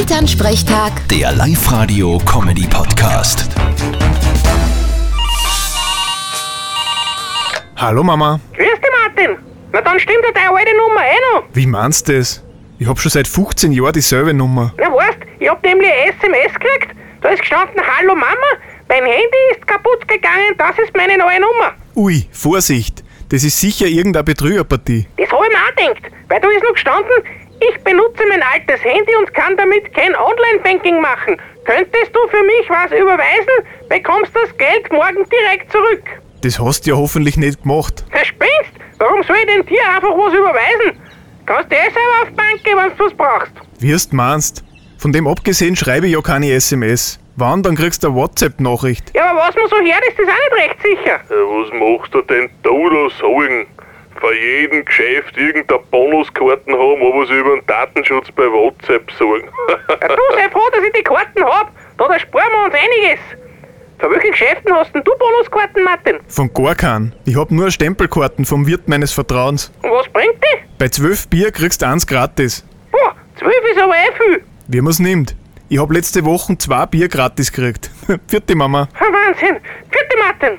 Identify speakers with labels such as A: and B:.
A: Elternsprechtag,
B: Der Live-Radio-Comedy-Podcast.
C: Hallo Mama,
D: Grüß dich, Martin. Na, dann stimmt ja deine alte Nummer eh noch.
C: wie meinst du das? Ich hab schon seit 15 Jahren dieselbe Nummer.
D: Na, weißt, ich hab nämlich eine SMS gekriegt. Da ist gestanden, hallo Mama, mein Handy ist kaputt gegangen, das ist meine neue Nummer.
C: Ui, Vorsicht, das ist sicher irgendeine Betrügerpartie.
D: Das hab ich mir auch gedacht, weil da ist noch gestanden, ich benutze mein altes Handy und kann damit kein Online-Banking machen. Könntest du für mich was überweisen, bekommst das Geld morgen direkt zurück.
C: Das hast du ja hoffentlich nicht gemacht.
D: Na, spinnst? Warum soll ich denn dir einfach was überweisen? Kannst du eh selber auf die Bank gehen, wenn du was brauchst.
C: Wirst meinst? Von dem abgesehen schreibe ich ja keine SMS. Wann, dann kriegst du eine WhatsApp-Nachricht.
D: Ja, aber was man so hört, ist das auch nicht recht sicher.
E: Ja, Äh, Was machst du denn da oder sagen? Für jeden Geschäft irgendeine Bonuskarten haben, aber sie über den Datenschutz bei WhatsApp sorgen.
D: Ja, du sei froh, dass ich die Karten hab. Da, da sparen wir uns einiges. Für welche Geschäften hast denn du Bonuskarten, Martin?
C: Von gar keinen. Ich hab nur Stempelkarten vom Wirt meines Vertrauens.
D: Und was bringt die?
C: Bei 12 Bier kriegst du eins gratis.
D: Boah, zwölf ist aber eh viel.
C: Wie man's nimmt. Ich hab letzte Woche zwei Bier gratis gekriegt. Vierte Mama.
D: Ha, Wahnsinn. Vierte Martin.